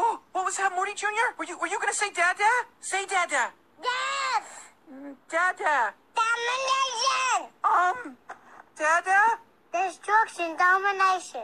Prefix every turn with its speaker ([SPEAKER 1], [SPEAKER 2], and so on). [SPEAKER 1] Oh, Cody Jr.? Were you were you gonna say Dada? Say Dada. Mm,
[SPEAKER 2] Yes!
[SPEAKER 1] Dada.
[SPEAKER 2] Domination!
[SPEAKER 1] Um. Dada.
[SPEAKER 2] Destruction, domination.